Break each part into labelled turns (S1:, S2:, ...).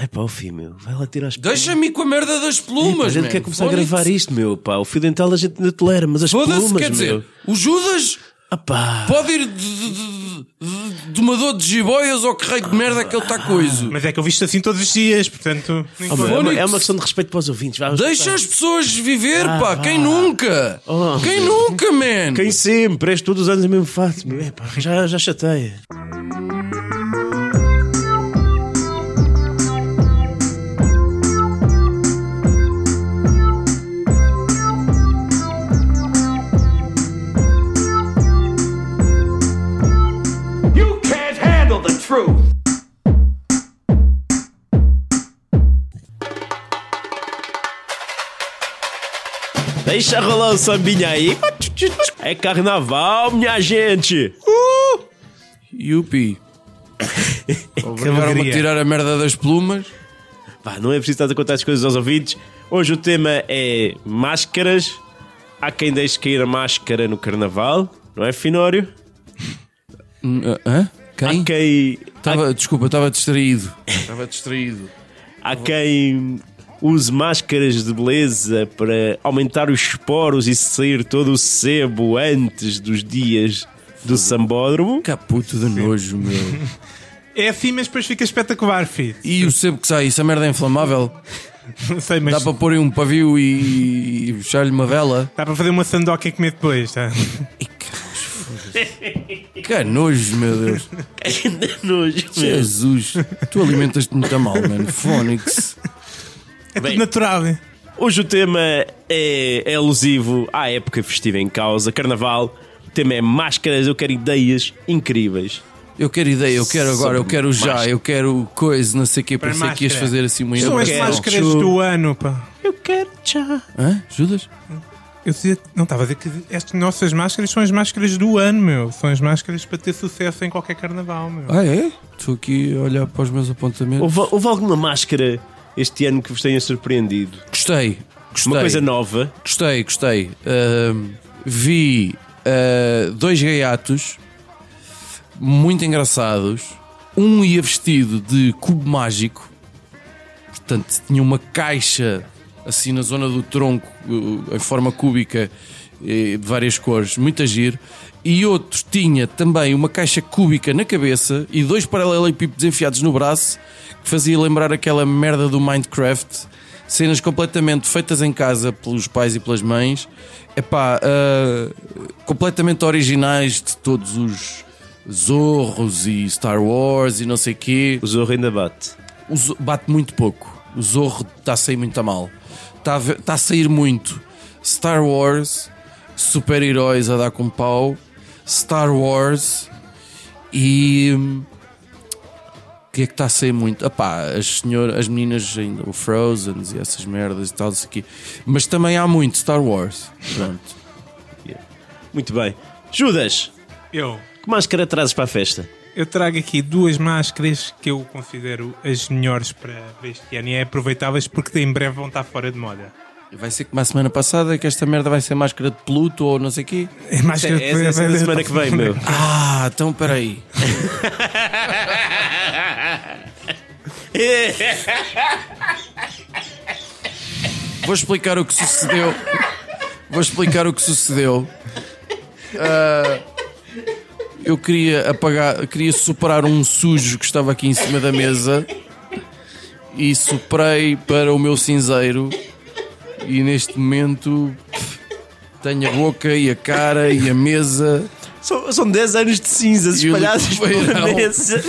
S1: É pá, o fio, meu, vai lá tirar as
S2: Deixa-me ir com a merda das
S1: Pá, a
S2: plumas,
S1: gente
S2: man.
S1: quer começar a
S2: Foda-se.
S1: gravar isto, meu, pá. O fio dental a gente ainda tolera, mas as
S2: Foda-se,
S1: plumas, meu.
S2: quer dizer, o Judas
S1: Ah, pá.
S2: pode ir de, de, de, de, de uma dor de jiboias ou que rei de merda que ele está coiso.
S3: Mas é que eu visto assim todos os dias, portanto. nem
S1: Oh, meu, é, uma,
S2: Fónix.
S1: é uma questão de respeito para os ouvintes. Vá,
S2: Deixa as pessoas viver,
S1: Ah,
S2: pá.
S1: vá.
S2: Quem nunca?
S1: Oh.
S2: Quem nunca, man?
S1: Quem sempre, és todos os anos o mesmo fato, meu. É, pá, já, já chateia.
S4: You can't handle the truth.
S1: Deixa rolar o sambinha aí. É carnaval, minha gente.
S2: Yupi. Obrigaram-me
S3: Cavalaria.
S2: a tirar a merda das plumas.
S1: Pá, não é preciso estar a contar as coisas aos ouvintes. Hoje o tema é máscaras. Há quem deixe cair a máscara no carnaval, não é, Finório?
S2: Hum, Hã? Quem?
S1: Há quem,
S2: Tava, desculpa, estava distraído. Estava distraído.
S1: há quem use máscaras de beleza para aumentar os esporos e sair todo o sebo antes dos dias do sambódromo.
S2: Caputo de nojo, meu.
S3: É assim, mas depois fica espetacular, filho.
S2: E o sebo que sai, isso a merda é inflamável.
S3: Não sei, mas
S2: Dá para pôr em um pavio e, e puxar-lhe uma vela.
S3: fazer uma sandoca e comer depois, tá?
S2: E que nojo, que nojo, meu Deus.
S1: Nojo, meu.
S2: Jesus, tu alimentas-te muito mal, mano. Fónix.
S3: É
S1: Bem.
S3: tudo natural. hein?
S1: Hoje o tema é, é alusivo à época festiva em causa, carnaval. O tema é máscaras, eu quero ideias incríveis.
S2: Eu quero ideia, eu quero agora, eu quero já, eu quero coisa, não sei o quê.
S3: Para
S2: Pensei que ias
S3: máscara.
S2: fazer assim uma
S3: São as
S1: quero.
S2: inauguração.
S3: máscaras do ano, pá.
S1: Eu quero já.
S2: Hã? Judas?
S3: Eu dizia, não estava a dizer que estas nossas máscaras são as máscaras do ano, meu. São as máscaras para ter sucesso em qualquer carnaval, meu.
S2: Ah, é? Estou aqui a olhar para os meus apontamentos.
S1: Houve, houve alguma máscara este ano que vos tenha surpreendido?
S2: Gostei, gostei.
S1: Uma coisa nova?
S2: Gostei, gostei. Ahm, vi ah, dois gaiatos muito engraçados. Um ia vestido de cubo mágico, portanto, tinha uma caixa assim na zona do tronco, eh, em forma cúbica, eh, de várias cores, muito a giro. E outro tinha também uma caixa cúbica na cabeça e dois paralelepípedos enfiados no braço, que fazia lembrar aquela merda do Minecraft. Cenas completamente feitas em casa pelos pais e pelas mães. Epá, ah, completamente originais de todos os Zorros e Star Wars e não sei quê
S1: O Zorro ainda bate.
S2: o Zo- bate muito pouco. O Zorro está a sair muito a mal. Está a, ver- está a sair muito. Star Wars, super-heróis a dar com pau, Star Wars e. hum, O que é que está a sair muito? Epá, as, senhor, as meninas ainda, o Frozen e essas merdas e tal, isso aqui. Mas também há muito Star Wars. Pronto.
S1: Muito bem. Judas,
S3: Eu,
S1: que máscara trazes para a festa?
S3: eu trago aqui duas máscaras que eu considero as melhores para para este ano e é aproveitáveis porque em breve vão estar fora de moda.
S2: Vai ser como a semana passada, é que esta merda vai ser máscara de Pluto ou não sei o quê.
S3: É máscara
S1: É, é, essa é da semana que vem, meu.
S2: Ah, então peraí.
S1: É,
S2: Vou explicar o que sucedeu. Vou explicar o que sucedeu. Ah, eu queria apagar, queria superar um sujo que estava aqui em cima da mesa e superei para o meu cinzeiro e neste momento pff, tenho a boca e a cara e a mesa
S1: São, são 10 anos de cinzas
S2: E o do
S1: espalhadas pela
S2: Beirão.
S1: mesa.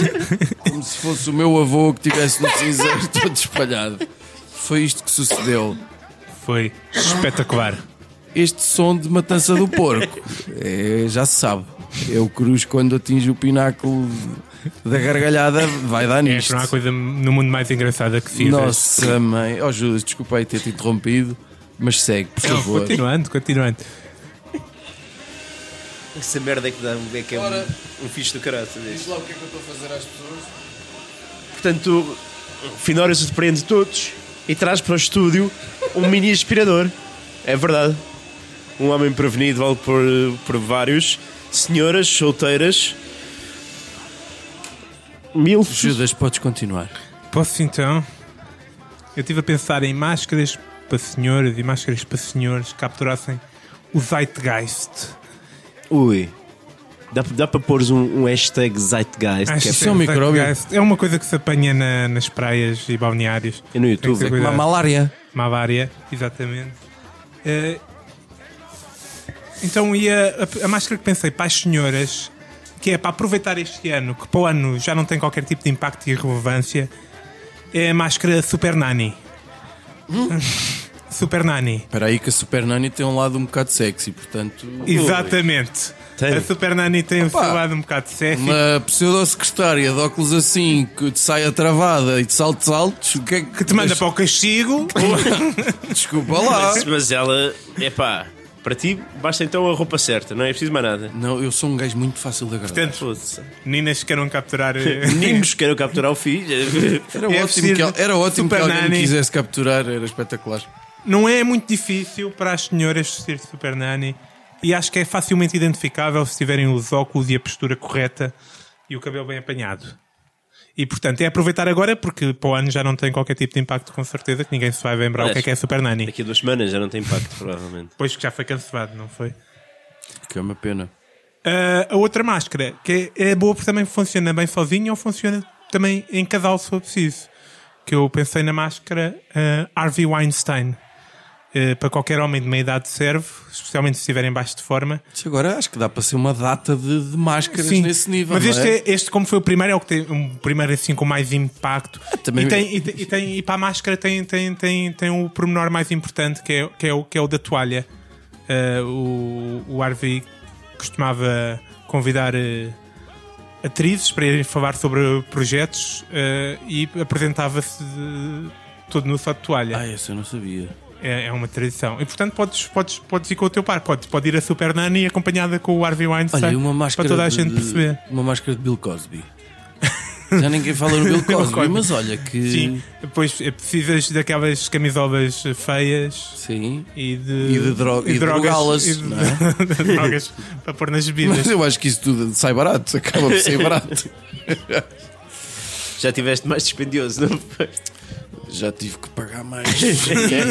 S2: como se fosse o meu avô que tivesse no cinzeiro todo espalhado. Foi isto que sucedeu.
S3: Foi espetacular.
S2: Este som de matança do porco é, já se sabe. É o cruz quando atinge o pináculo da gargalhada, vai dar
S3: É,
S2: nisto.
S3: não há coisa no mundo mais engraçada que se
S2: Nossa mãe. Oh Judas, desculpa aí ter-te interrompido, mas segue, por
S3: Não,
S2: favor.
S3: continuando, continuando.
S1: Essa merda é que, dá, é, que é um, um fixe do caráter deste.
S2: lá o que é que eu estou a fazer às pessoas.
S1: Portanto, Finório surpreende todos e traz para o estúdio um mini aspirador. É verdade. Um homem prevenido vale por, por vários. Senhoras solteiras. Mil.
S2: Judas, podes continuar.
S3: Posso então? Eu estive a pensar em máscaras para senhoras e máscaras para senhores que capturassem o Zeitgeist.
S1: Ui. Dá, dá para pôr um, um hashtag Zeitgeist
S3: Acho
S1: que é
S2: isso é um micróbio.
S3: Zeitgeist É uma coisa que se apanha na- nas praias e balneários.
S1: é no YouTube.
S3: Tem que ser
S2: Uma malária.
S3: Mavária, exatamente. Eh, então, e a, a- a máscara que pensei para as senhoras, que é para aproveitar este ano, que para o ano já não tem qualquer tipo de impacto e relevância, é a máscara Super Nani. Super Nani.
S2: Espera aí que a Super Nani tem um lado um bocado sexy, portanto...
S3: Exatamente.
S1: Tem.
S3: A Super Nani tem o seu
S2: Opa.
S3: lado um bocado sexy.
S2: Uma pseudo-secretária de óculos assim, que te saia travada e de saltos altos, o que é que...
S3: Que te manda para o castigo.
S2: Desculpa lá.
S1: Mas, mas ela, é pá, para ti basta então a roupa certa, não é preciso mais nada.
S2: Não, eu sou um gajo muito fácil de agradar.
S3: Portanto,
S1: Foda-se.
S3: meninas que queiram capturar. eh,
S1: Meninos queiram capturar o filho.
S2: Era um
S3: É
S2: ótimo, que,
S3: preciso-
S2: al- era ótimo que
S3: Super
S2: alguém me
S3: Nani.
S2: quisesse capturar, era espetacular.
S3: Não é muito difícil para as senhoras vestir de Super Nani e acho que é facilmente identificável se tiverem os óculos e a postura correta e o cabelo bem apanhado. E portanto é aproveitar agora porque para o ano já não tem qualquer tipo de impacto, com certeza, que ninguém se vai lembrar o que é que é Super Nani.
S1: Daqui a duas semanas já não tem impacto, provavelmente.
S3: Depois que já foi cancelado, não foi?
S2: Que é uma pena.
S3: Ah, a outra máscara, que é é boa porque também funciona bem sozinha ou funciona também em casal se for preciso. Que eu pensei na máscara ah, Harvey Weinstein. Ah, para qualquer homem de meia idade serve, especialmente se estiver em baixo de forma.
S2: Isso agora acho que dá para ser uma data de, de máscaras nesse nível.
S3: Mas
S2: não
S3: este,
S2: é?
S3: é- este, como foi o primeiro, é o que tem um primeiro assim com mais impacto.
S2: Ah, também-
S3: E, tem, e, tem- e tem- e para a máscara tem, tem, tem, tem o pormenor mais importante que é, que é, o, que é o da toalha. Ah, o, o Harvey costumava convidar eh, atrizes para irem falar sobre projetos eh, e apresentava-se de- todo no só de toalha.
S2: Ah, esse eu não sabia.
S3: É, é uma tradição. E portanto podes, podes, podes ir com o teu par. Podes, pode ir a Super Nani acompanhada com o Harvey Weinstein
S2: Olha, uma máscara.
S3: para toda a
S2: de-
S3: gente
S2: de-
S3: perceber.
S2: Uma máscara de Bill Cosby. Já ninguém fala no Bill Cosby,
S3: Cosby.
S2: mas olha que.
S3: Sim, depois eh, precisas daquelas camisolas eh, feias
S2: Sim.
S3: e de,
S2: E de dro- e de drogá-las,
S3: e de-
S2: não é?
S3: de drogas para pôr nas
S2: Mas
S3: bebidas.
S2: eu acho que isso tudo sai barato, acaba por sair barato.
S1: Já tiveste mais dispendioso, não foi?
S2: Já tive que pagar mais.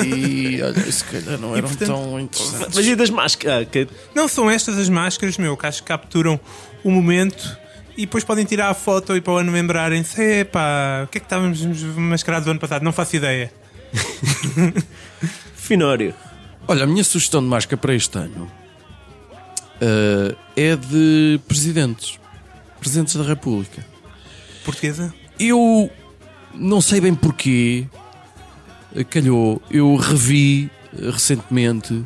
S2: E olha, se calhar não eram
S3: portanto-
S2: tão interessantes.
S1: Mas e das máscaras? Ah, que-
S3: Não são estas as máscaras, meu, que acho que capturam o momento e depois podem tirar a foto e para o ano lembrarem-se: epá, o que é que estávamos mascarados o ano passado? Não faço ideia.
S1: Finório.
S2: Olha, a minha sugestão de máscara para este ano ah, é de presidentes. Presidentes da República.
S3: Portuguesa?
S2: Eu não sei bem porquê, eh, calhou, eu revi eh, recentemente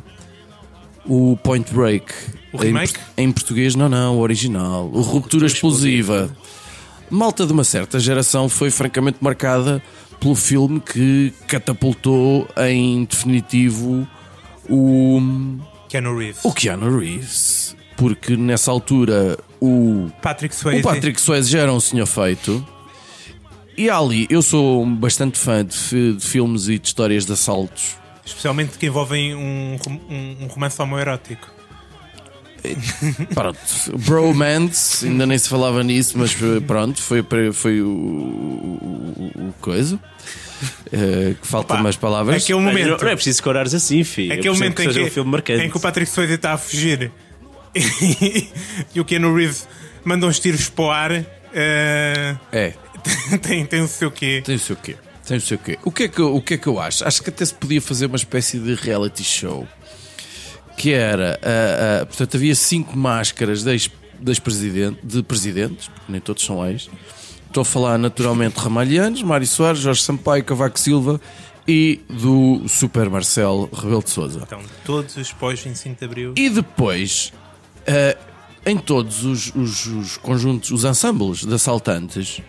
S2: o Point Break.
S3: O
S2: Em
S3: remake?
S2: port- Em, português, não, não, o original. O Ruptura Explosiva. Malta de uma certa geração foi francamente marcada pelo filme que catapultou em definitivo o,
S3: Keanu Reeves.
S2: o Keanu Reeves. Porque nessa altura o
S3: Patrick
S2: o
S3: Swayze.
S2: Patrick Swayze já era um senhor feito. E ali, eu sou um bastante fã de, fi- de filmes e de histórias de assaltos.
S3: Especialmente que envolvem um, rom- um, um romance homoerótico.
S2: Pronto, bromance, ainda nem se falava nisso, mas eh, pronto, foi, pre- foi o, o- o- o coisa. Eh, que falta mais palavras.
S3: Aquele
S1: Ah, Não,
S3: um momento.
S1: não é preciso corares assim, filho.
S3: Aquele momento em
S1: seja
S3: É que,
S1: um filme marcante.
S3: em que o Patrick Swayze está a fugir e o Keanu Reeves manda uns tiros para o ar, eh,
S2: É,
S3: tem, tem o seu quê.
S2: tem o seu quê? Tem o seu quê? O que, é que, eu- o que é que eu acho? Acho que até se podia fazer uma espécie de reality show. Que era, ah, ah, portanto, havia cinco máscaras de, ex- de, ex-presidente- de presidentes, porque nem todos são ex. Estou a falar naturalmente de Ramalhianos, Mário Soares, Jorge Sampaio, Cavaco Silva e do Super Marcelo Rebelo de Souza.
S3: Então, todos os pós 25 de Abril.
S2: E depois, eh, em todos os, os- os conjuntos, os ensembles de assaltantes,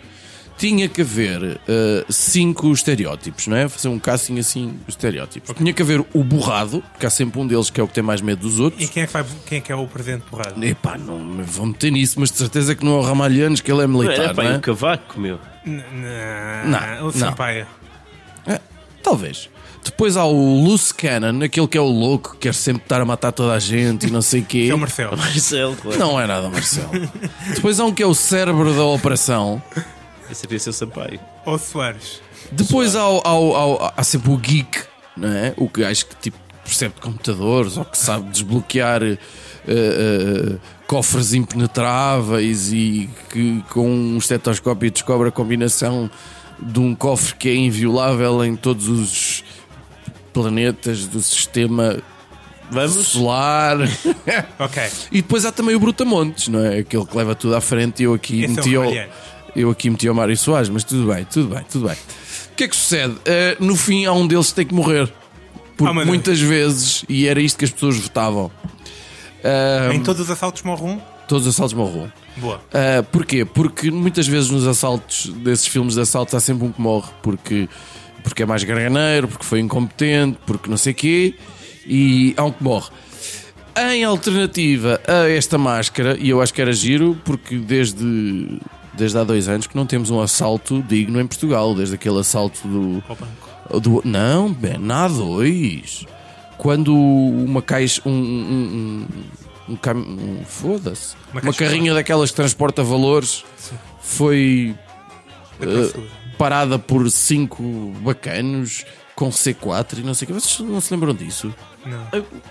S2: tinha que haver eh, cinco estereótipos, não é? Fazer um casting assim, estereótipos. Tinha que haver o borrado, porque há sempre um deles que é o que tem mais medo dos
S3: E
S2: outros.
S3: quem é que, vai, quem é, que é o presente porrado?
S2: Epá, não me vou meter nisso, mas de certeza que não é o Ramalhanos, que ele é
S1: Não,
S2: militar,
S1: era, pá,
S2: não
S1: e
S2: é?
S1: o cavaco, meu.
S3: N- n-
S2: Não,
S3: o
S2: não.
S3: Sampaio.
S2: É, Talvez. Depois há o Loose Cannon, aquele que é o louco, que quer sempre estar a matar toda a gente e não sei o quê.
S3: É o Marcelo.
S1: Marcelo, claro.
S2: Não é nada, Marcelo. Depois há um que é o cérebro da operação,
S1: Esse devia ser o Sampaio.
S3: Ou Soares.
S2: Depois há, o- há, o- há, o- há sempre o geek, não é? O gajo que tipo, percebe de computadores ou que sabe desbloquear eh, eh, cofres impenetráveis e que com um estetoscópio descobre a combinação de um cofre que é inviolável em todos os planetas do sistema
S1: Vamos?
S2: solar.
S3: Ok.
S2: e depois há também o Brutamontes, não é? Aquele que leva tudo à frente e eu aqui
S3: Esse é um
S2: meti ao-
S3: variante.
S2: eu aqui meti ao Mário Soares, mas tudo bem, tudo bem, tudo bem. O que é que sucede? Eh, no fim, há um deles que tem que morrer. Porque
S3: Ah, mas-
S2: muitas vezes, e era isto que as pessoas votavam, ah,
S3: Em todos os assaltos morre um.
S2: todos os assaltos morram.
S3: Boa.
S2: Ah, porquê? Porque muitas vezes nos assaltos desses filmes de assalto há sempre um que morre porque, porque é mais garganeiro, porque foi incompetente, porque não sei quê, e há um que morre. Em alternativa a esta máscara, e eu acho que era giro, porque desde, desde há dois anos que não temos um assalto digno em Portugal, desde aquele assalto do,
S3: Ao banco.
S2: do- não, bem, na A2. Quando uma caixa. Um, um, um, um cam- um- Foda-se. Uma,
S3: Uma caixa
S2: carrinha daquelas que transporta valores foi
S3: Da Prosegur.
S2: parada por cinco bacanos com C4 e não sei o que. Vocês não se lembram disso?
S3: Não.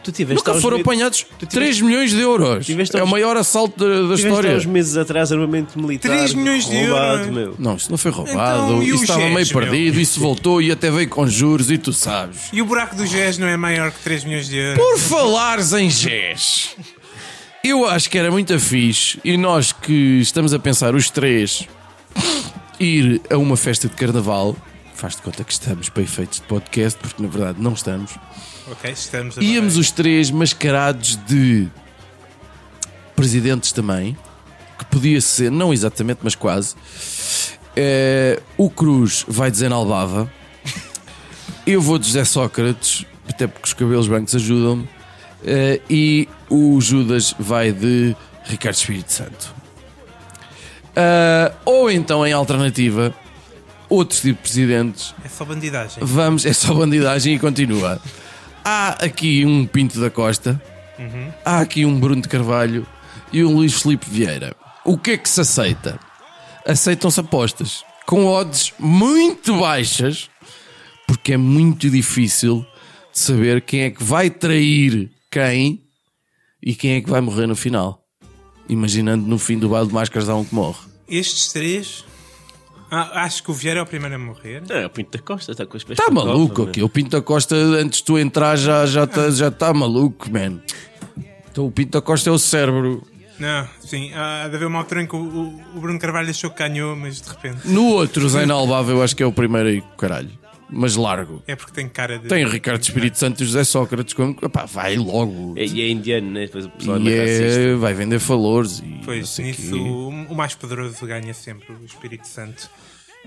S1: Tu tiveste há
S2: Nunca
S1: uns
S2: foram
S1: me-
S2: apanhados
S1: tiveste-
S2: 3 milhões de euros.
S1: Tiveste
S2: É o
S1: aos-
S2: maior assalto da, da
S1: tiveste há uns
S2: história.
S1: meses atrás armamento militar.
S3: 3 milhões de
S1: roubado,
S3: euros. é?
S1: meu.
S2: Não, isso não foi roubado.
S3: Então, e
S2: isso
S3: os
S2: estava meio
S3: gestos, meu?
S2: perdido. Isso voltou e até veio com juros e tu sabes.
S3: E o buraco do GES não é maior que 3 milhões de euros?
S2: Por falares em GES, eu acho que era muito fixe e nós que estamos a pensar os três ir a uma festa de carnaval, faz de conta que estamos para efeitos de podcast, porque na verdade não estamos,
S3: Ok, estamos a
S2: íamos os três mascarados de presidentes também, que podia ser, não exatamente, mas quase. Eh, o Cruz vai dizer na Albava. Eu vou de José Sócrates, até porque os cabelos brancos ajudam-me. eh, e o Judas vai de Ricardo Espírito Santo. Ah, ou então, em alternativa, outros tipos de presidentes
S3: É só bandidagem.
S2: Vamos, é só bandidagem e continua. Há aqui um Pinto da Costa, há aqui um Bruno de Carvalho e um Luís Filipe Vieira. O que é que se aceita? Aceitam-se apostas com odds muito baixas, porque é muito difícil de saber quem é que vai trair quem e quem é que vai morrer no final. Imaginando no fim do baile de máscaras há um que morre.
S3: Estes três. Ah, acho que o Vieira é o primeiro a morrer.
S1: Não, é o Pinto da Costa, está com as
S2: Está Tá maluco aqui. O Pinto da Costa, antes de tu entrar, já está já tá, já tá maluco, man. Então o Pinto da Costa é o cérebro.
S3: Não, sim. Há de haver uma altura em que o, o- o Bruno Carvalho achou que ganhou, mas de repente.
S2: No outro, Zé Nalbava, eu acho que é o primeiro aí, caralho. Mas largo.
S3: É porque tem cara de.
S2: Tem Ricardo Espírito Santo e José Sócrates como. Epá, vai logo.
S1: E é indiano, né? Depois o pessoal
S2: E
S1: é racista.
S2: é, vai vender valores e não
S3: Pois,
S2: sei
S3: nisso o, o mais poderoso ganha sempre, o Espírito Santo.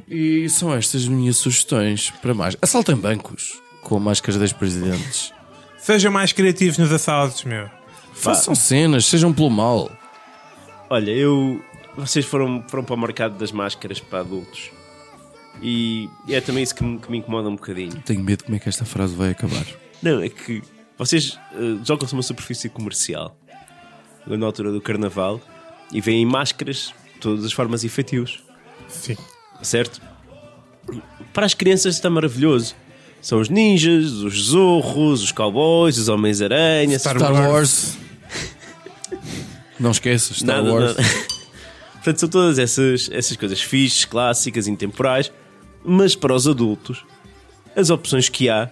S2: quê. E são estas as minhas sugestões para mais. Assaltem bancos com máscaras dos presidentes.
S3: Sejam mais criativos nos assaltos, meu.
S2: Façam cenas, sejam pelo mal.
S1: Olha, eu. Vocês foram, foram para o mercado das máscaras para adultos. E é também isso que me, que me incomoda um bocadinho.
S2: Tenho medo de como é que esta frase vai acabar.
S1: Não, é que vocês eh, jogam-se numa superfície comercial na altura do carnaval e veem máscaras de todas as formas e feitios.
S3: Sim.
S1: certo? Para as crianças está maravilhoso. São os ninjas, os zorros, os cowboys, os homens-aranha,
S3: Star
S2: Star
S3: Wars.
S2: Wars. Não esqueças, Star
S1: nada,
S2: Wars.
S1: nada. Portanto, são todas essas, essas coisas fixes, clássicas, intemporais. Mas para os adultos, as opções que há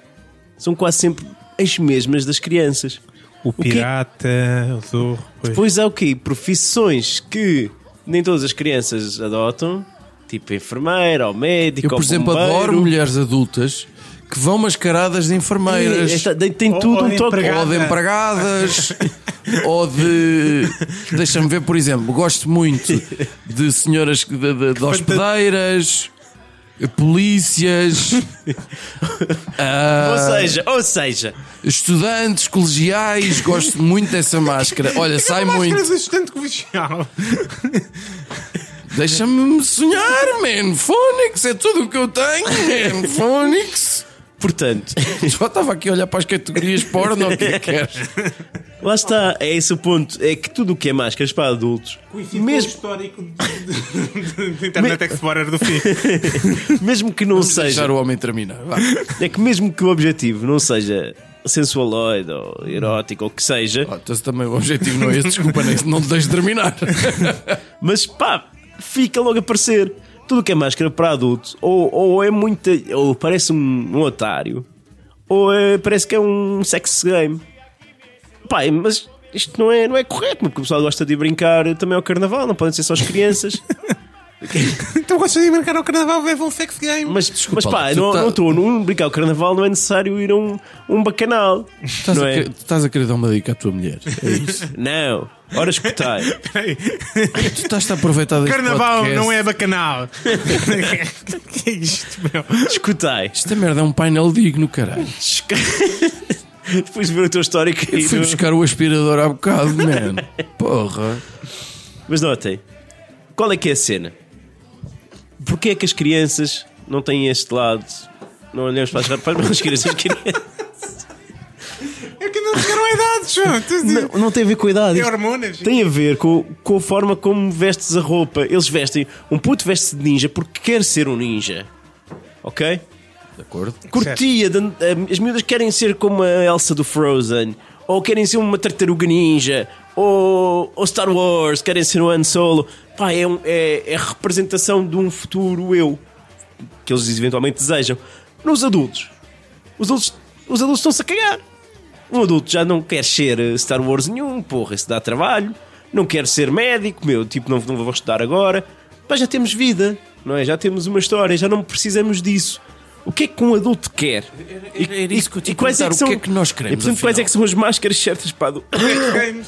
S1: são quase sempre as mesmas das crianças.
S3: O
S1: que-
S3: Pirata, o Zorro. Pois.
S1: Pois há o quê? Profissões que nem todas as crianças adotam, tipo enfermeira ou médico
S2: Eu, por
S1: ou
S2: exemplo,
S1: bombeiro.
S2: adoro mulheres adultas que vão mascaradas de enfermeiras.
S1: É, esta- tem, tem
S3: Ou-
S1: tudo
S3: ou
S1: um toque.
S3: empregada.
S2: Ou de empregadas, ou de. Deixa-me ver, por exemplo, gosto muito de senhoras que- de, de- de hospedeiras, polícias,
S1: Ou seja, ou seja,
S2: estudantes, colegiais. Gosto muito dessa máscara. Olha,
S3: É
S2: sai é muito.
S3: Máscaras assistente comercial.
S2: Deixa-me sonhar, man. Fónix, é tudo o que eu tenho, man. Fónix.
S1: portanto,
S2: Só estava aqui a olhar para as categorias porno, o que é que queres?
S1: Lá está, é esse o ponto. É que tudo o que é máscaras para adultos,
S3: Coincide
S1: mesmo,
S3: com o histórico de, de- de Internet Explorer do fim.
S1: mesmo que não seja,
S2: Deixar o homem terminar. Vá.
S1: é que mesmo que o objetivo não seja sensualoide ou erótico ou o que seja,
S2: Ó, então, se também o objetivo não é esse, desculpa, nem, não te deixes terminar.
S1: mas pá, fica logo a aparecer. Tudo o que é máscara para adultos, ou, ou é muita. ou parece um, um otário, ou é- parece que é um sex game. Pá, é, mas isto não é, não é correto, porque o pessoal gosta de ir brincar também ao carnaval, não podem ser só as crianças.
S3: então gostas de ir brincar ao carnaval, bebe um sex game.
S1: Mas, mas pá,
S2: lá, tu
S1: não
S2: tá-
S1: não estou num brincar o carnaval, não é necessário ir a um, um bacanal.
S2: Estás,
S1: não
S2: a,
S1: é?
S2: querer- estás a querer dar uma dica à tua mulher. É isso.
S1: Não, ora escutai.
S3: Peraí.
S2: tu estás a aproveitar deste
S3: Carnaval
S2: podcast.
S3: não é bacanal. que é isto, meu?
S1: escutai.
S2: Esta merda é um painel digno, caralho.
S1: Escu- Depois de ver o teu histórico aí
S2: Fui
S1: no-
S2: buscar o aspirador há bocado, mano. Porra.
S1: Mas notem, qual é que é a cena? Porquê é que as crianças não têm este lado? Não olhamos para as rapazes, mas as crianças. as crianças-
S3: É que não chegaram a idade, João. Tu-
S1: Não, não tem a ver com a idade.
S3: Tem
S1: isto
S3: hormonas.
S1: Tem a ver com, com a forma como vestes a roupa. Eles vestem. Um puto veste-se de ninja porque quer ser um ninja. Ok?
S2: De acordo?
S1: Curtia, de- eh, as miúdas querem ser como a Elsa do Frozen, ou querem ser uma tartaruga ninja, ou, ou Star Wars, querem ser um Han Solo. Pá, é, um- é, é a representação de um futuro eu, que eles eventualmente desejam. Nos adultos, os adultos, os adultos estão-se a cagar. Um adulto já não quer ser eh, Star Wars nenhum, porra, isso dá trabalho. Não quer ser médico, meu, tipo, não, não vou estudar agora. Pá, já temos vida, não é? Já temos uma história, já não precisamos disso. O que é que um adulto quer? E,
S2: era isso que eu te ia
S1: e quais é
S2: perguntar, o que é que nós queremos,
S1: E, portanlo, quais
S2: afinal?
S1: é que são as máscaras certas para adulto?
S3: é Games.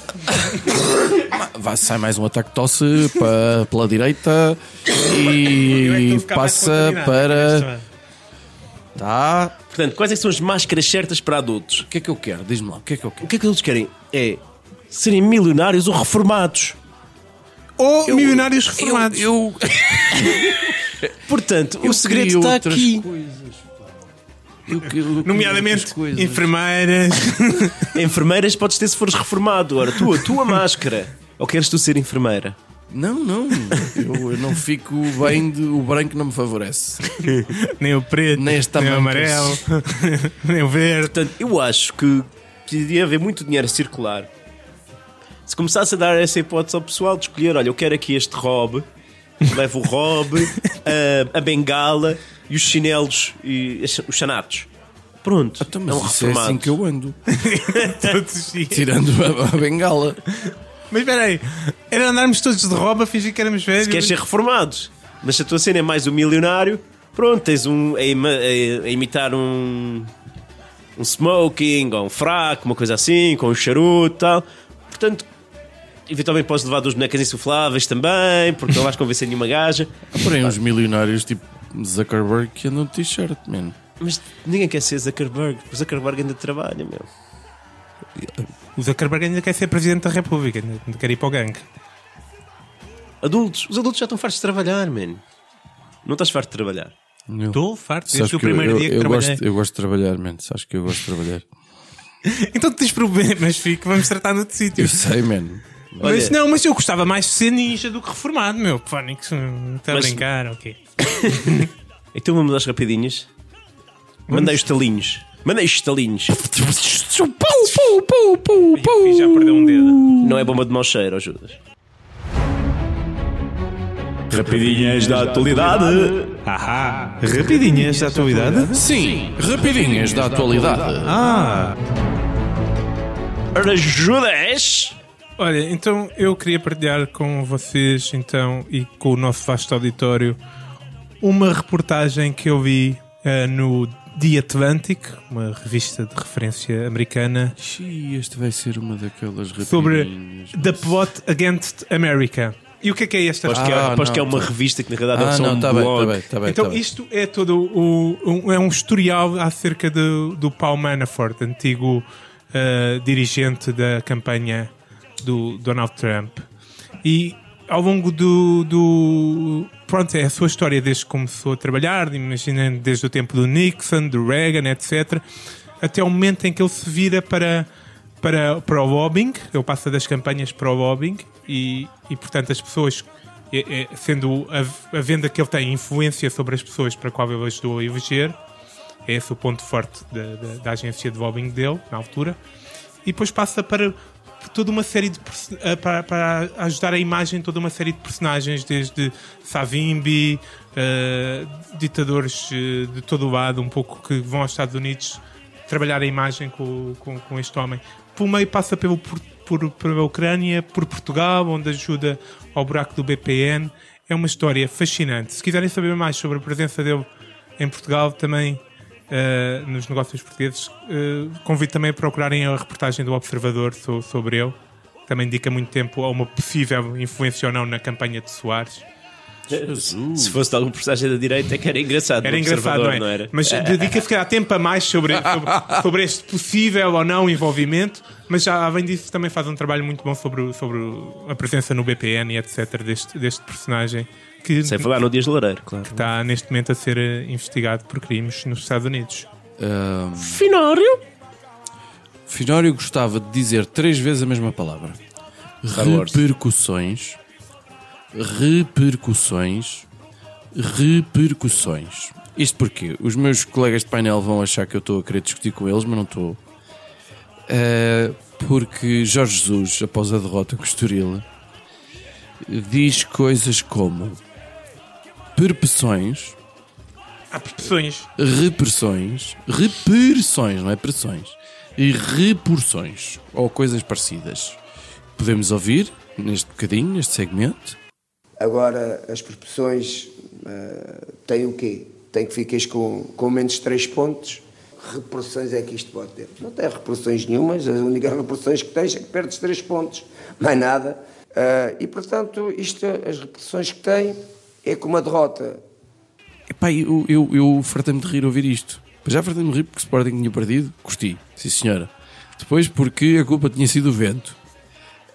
S2: Vai, sai mais um ataque de tosse pa- pela direita
S3: é
S2: e passa para. Tá.
S1: Portanto, quais é que são as máscaras certas para adultos?
S2: O que é que eu quero? Diz-me lá, o que é que eu quero?
S1: O que é que eles querem? É serem milionários ou reformados.
S3: Ou milionários reformados.
S2: Eu,
S1: Portanto, o segredo
S2: queria
S1: está
S2: outras
S1: aqui.
S2: coisas, pá. Eu que- eu queria
S3: Nomeadamente
S2: outras coisas.
S3: enfermeiras.
S1: Enfermeiras podes ter se fores reformado. Ora, tu, a tua máscara. Ou queres tu ser enfermeira?
S2: Não, não. Eu, eu não fico bem, de, o branco não me favorece.
S3: nem o preto,
S2: Nem
S3: nem,
S2: este tamanho.
S3: o amarelo, nem o verde.
S1: Portanto, eu acho que podia haver muito dinheiro a circular. Se começasse a dar essa hipótese ao pessoal de escolher, olha, eu quero aqui este robe, levo o robe, a, a bengala e os chinelos e as- os chanatos. Pronto,
S2: Então,
S1: é
S2: mas
S1: um
S2: isso é
S1: reformado.
S2: assim que eu ando.
S3: Todos os dias.
S2: Tirando a, a bengala.
S3: Mas espera aí, era andarmos todos de roupa, fingir que éramos velhos.
S1: Se queres ser reformado, mas se a tua cena é mais um milionário, pronto, tens um a, ima- a- a imitar um, um smoking ou um fraco, uma coisa assim, com um charuto e tal. Portanto, eventualmente podes levar duas bonecas insufláveis também, porque não vais convencer nenhuma gaja.
S2: Há Ah, porém uns milionários tipo Zuckerberg que andam de t-shirt, mano.
S1: Mas ninguém quer ser Zuckerberg, porque Zuckerberg ainda trabalha, meu.
S3: O Zuckerberg ainda quer ser presidente da República, ainda ainda quer ir para o gangue.
S1: Adultos, os adultos já estão fartos de trabalhar, man. Não estás farto de trabalhar.
S2: Não.
S3: Estou farto
S2: Sabes
S3: desde Então, é o
S2: que eu-
S3: primeiro
S2: eu,
S3: dia que
S2: eu
S3: trabalhei.
S2: gosto, eu gosto de trabalhar, mano. Sabes que eu gosto de trabalhar.
S3: Então tu tens problemas, fico, vamos tratar noutro sítio.
S2: Eu sei, mano.
S1: Olha,
S3: Mas não, mas eu gostava mais de ser ninja do que reformado, meu. Fónix, hum, está a
S1: Mas-
S3: brincar, ok.
S1: Então vamos às rapidinhas. Mandei os talinhos. Mandei os talinhos.
S2: Uh!
S3: E já perdeu um dedo.
S1: Não é bomba de mau cheiro, ó Judas. Rapidinhas da atualidade.
S3: Ahá, rapidinhas da atualidade.
S2: Sim, rapidinhas da atualidade.
S1: Ora, Judas.
S3: Olha, então eu queria partilhar com vocês então e com o nosso vasto auditório uma reportagem que eu vi eh, no The Atlantic, uma revista de referência americana,
S2: Xi, este vai ser uma daquelas rapidinhas.
S3: sobre The Plot Against America. E o que é que é esta
S1: Aposto, que, é,
S2: Ah,
S1: aposto
S2: não,
S1: que é uma
S2: tá.
S1: revista que na realidade é
S2: Ah,
S1: só
S2: não,
S1: um
S2: está bem,
S1: blog.
S2: está bem, está bem.
S3: Então,
S2: tá bem.
S3: isto é todo o, um, é um historial acerca do, do Paul Manafort, antigo eh, dirigente da campanha do Donald Trump. E ao longo do, do. Pronto, é a sua história desde que começou a trabalhar, imaginando desde o tempo do Nixon, do Reagan, etc., até o momento em que ele se vira para, para para, para o lobbying, ele passa das campanhas para o lobbying e, e portanto, as pessoas, eh, eh, sendo a, a venda que ele tem influência sobre as pessoas para a qual ele ajudou a eleger, é esse o ponto forte da, da- da agência de lobbying dele, na altura. E depois passa para por toda uma série de. perso- eh, Para, para ajudar a imagem de toda uma série de personagens, desde Savimbi, eh, ditadores eh, de todo o lado, um pouco que vão aos Estados Unidos trabalhar a imagem com, com, com este homem. Por meio passa pelo, por, por, pela Ucrânia, por Portugal, onde ajuda ao buraco do BPN. É uma história fascinante. Se quiserem saber mais sobre a presença dele em Portugal, também eh, nos negócios portugueses, eh, convido também a procurarem a reportagem do Observador so- sobre ele. Também dedica muito tempo a uma possível influência ou não na campanha de Soares.
S1: Se fosse de algum personagem da direita, é que era engraçado.
S3: Era
S1: no
S3: engraçado, não
S1: Observador,
S3: é?
S1: Não era?
S3: Mas dedica-se se calhar tempo a mais sobre, sobre, sobre este possível ou não envolvimento, mas já além disso também faz um trabalho muito bom sobre, o- sobre o- a presença no BPN e etc. deste, deste personagem que
S1: Sem falar no Dias de Loureiro, claro.
S3: está neste momento a ser eh, investigado por crimes nos Estados Unidos.
S2: Finório. Finório gostava de dizer três vezes a mesma palavra.
S1: Wars.
S2: Repercussões. Repercussões. Repercussões. Isto porque os meus colegas de painel vão achar que eu estou a querer discutir com eles, mas não estou. Eh, porque Jorge Jesus, após a derrota com o Estoril, diz coisas como perpeções
S3: Há pressões.
S2: repressões, repressões, não é pressões, e reporções, ou coisas parecidas. Podemos ouvir neste bocadinho, neste segmento.
S5: Agora, as proporções eh, têm o quê? Tem que fiques com, com menos 3 pontos. Reporções é que isto pode ter. Não tem reporções nenhumas, as únicas reporções que tens é que perdes 3 pontos, mais nada. Eh, e, portanto, isto, as reporções que tem é com uma derrota
S2: Epá, eu, eu, eu fartei-me de rir ouvir isto. Pois Já fartei-me de rir porque o Sporting tinha perdido, curti, sim senhora. Depois porque a culpa tinha sido o vento.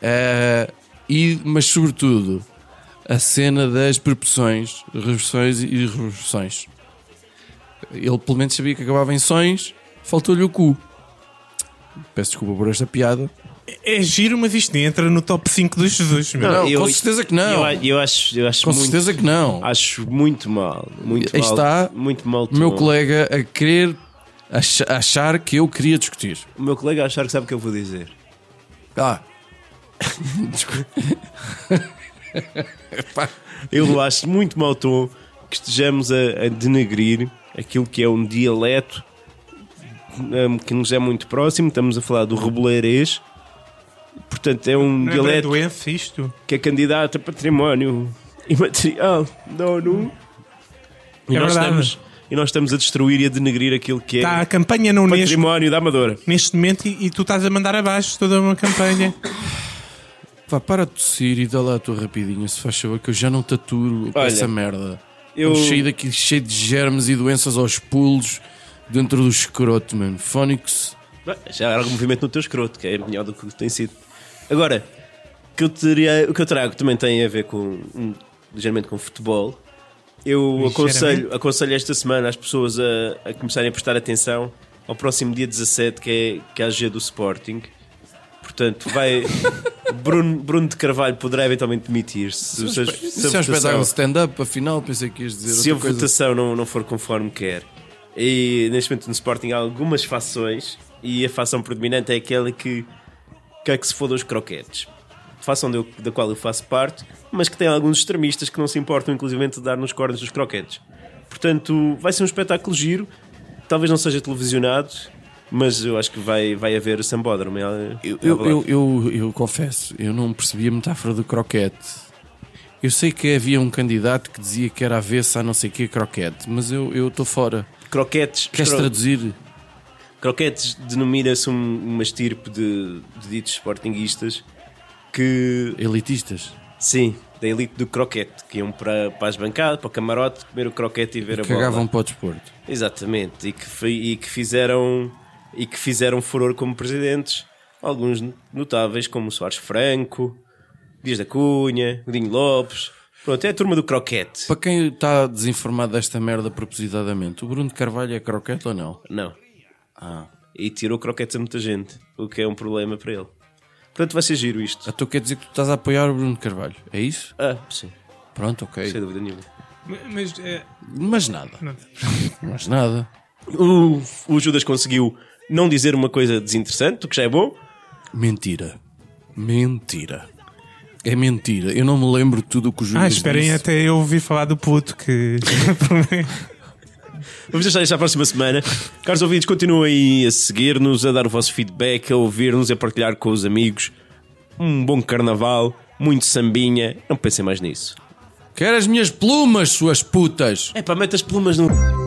S2: Ah, e, mas sobretudo, a cena das perpeções, reversões e reversões. Ele pelo menos sabia que acabava em sons, faltou-lhe o cu. Peço desculpa por esta piada.
S3: É giro, mas isto nem entra no top 5 do Jesus. Meu.
S2: Não, com certeza que não.
S1: Eu, a- eu acho, eu acho
S2: Com
S1: muito, Ah,
S2: certeza que não.
S1: Acho muito mal. Muito
S2: Aí
S1: mal.
S2: está
S1: muito mal
S2: O meu
S1: tom.
S2: colega a querer acha- achar que eu queria discutir.
S1: O meu colega a achar que sabe o que eu vou dizer.
S2: Ah,
S6: Eu acho muito mau tom que estejamos a, a denegrir aquilo que é um dialeto hum, que nos é muito próximo. Estamos a falar do reboleirês. Portanto, é um
S3: Não é bem
S6: dialeto
S3: doença isto?
S6: que é candidato a património imaterial da ONU. E,
S3: É
S6: nós
S3: verdade. Tá
S6: estamos, e nós estamos a destruir e a denegrir aquilo que é
S3: Está a campanha na Unesco
S6: património da Amadora.
S3: neste momento e, e tu estás a mandar abaixo toda uma campanha.
S2: Vá, para de tossir e dá lá a tua rapidinha, se faz favor, que eu já não te aturo com
S6: Olha,
S2: essa merda.
S6: eu-
S2: Eu saí daqui cheio de germes e doenças aos pulos dentro do escroto, mano. Fónix.
S1: Já era algum movimento no teu escroto, que é melhor do que tem sido. Agora, o que eu, teria, o que eu trago também tem a ver com, hum, ligeiramente com futebol. Eu aconselho, aconselho esta semana as pessoas a, a começarem a prestar atenção ao próximo dia 17, que é, que é a G do Sporting. Portanto, vai. Bruno, Bruno de Carvalho poderá eventualmente demitir-se. Se, se, se,
S2: Isso
S1: a
S2: é um
S1: votação-
S2: espetáculo de stand-up, afinal, pensei que ias dizer
S1: se a
S2: outra coisa.
S1: votação não, não for conforme quer. E neste momento no Sporting há algumas fações e a fação predominante é aquela que quer que se foda os croquetes. Fação de eu- da qual eu faço parte, mas que tem alguns extremistas que não se importam, inclusive, de dar nos cornos dos croquetes. Portanto, vai ser um espetáculo giro. Talvez não seja televisionado, mas eu acho que vai, vai haver sambódromo. é, Eu,
S2: Eu, eu, eu, eu- eu confesso, eu não percebi a metáfora do croquete. Eu sei que havia um candidato que dizia que era avessa a não sei que croquete, mas eu eu estou fora.
S1: Croquetes.
S2: Queres
S1: cro-
S2: traduzir?
S1: Croquetes denomina-se um- uma estirpe de, de ditos sportinguistas que
S2: Elitistas.
S1: Sim, da elite do croquete, que iam para, para as bancadas, para o camarote, comer o croquete e ver a
S2: Cagavam
S1: bola.
S2: para o desporto.
S1: Exatamente, e que, fi- e que fizeram e que fizeram furor como presidentes, alguns notáveis como o Soares Franco, Dias da Cunha, Godinho Lopes. Pronto, é a turma do croquete.
S2: Para quem está desinformado desta merda propositadamente, o Bruno de Carvalho é croquete ou não?
S1: Não. e tirou croquetes a muita gente, o que é um problema para ele. Portanto, vai ser giro isto.
S2: Então quer dizer que tu estás a apoiar o Bruno Carvalho, é isso?
S1: Ah, sim,
S2: Pronto, ok.
S1: sem dúvida nenhuma.
S3: Mas eh,
S2: Mas nada.
S3: Nada.
S2: Mas nada.
S1: O, o Judas conseguiu não dizer uma coisa desinteressante, o que já é bom.
S2: Mentira. Mentira. É mentira. Eu não me lembro de tudo o que o Júlio
S3: Ah, esperem
S2: disse.
S3: até eu ouvir falar do puto que.
S1: Vamos deixar isto à próxima semana. Caros ouvintes, continuem a seguir-nos, a dar o vosso feedback, a ouvir-nos, a partilhar com os amigos. Um bom carnaval, muito sambinha. Não pensem mais nisso.
S2: Quero as minhas plumas, suas putas.
S1: É pá, mete as plumas no.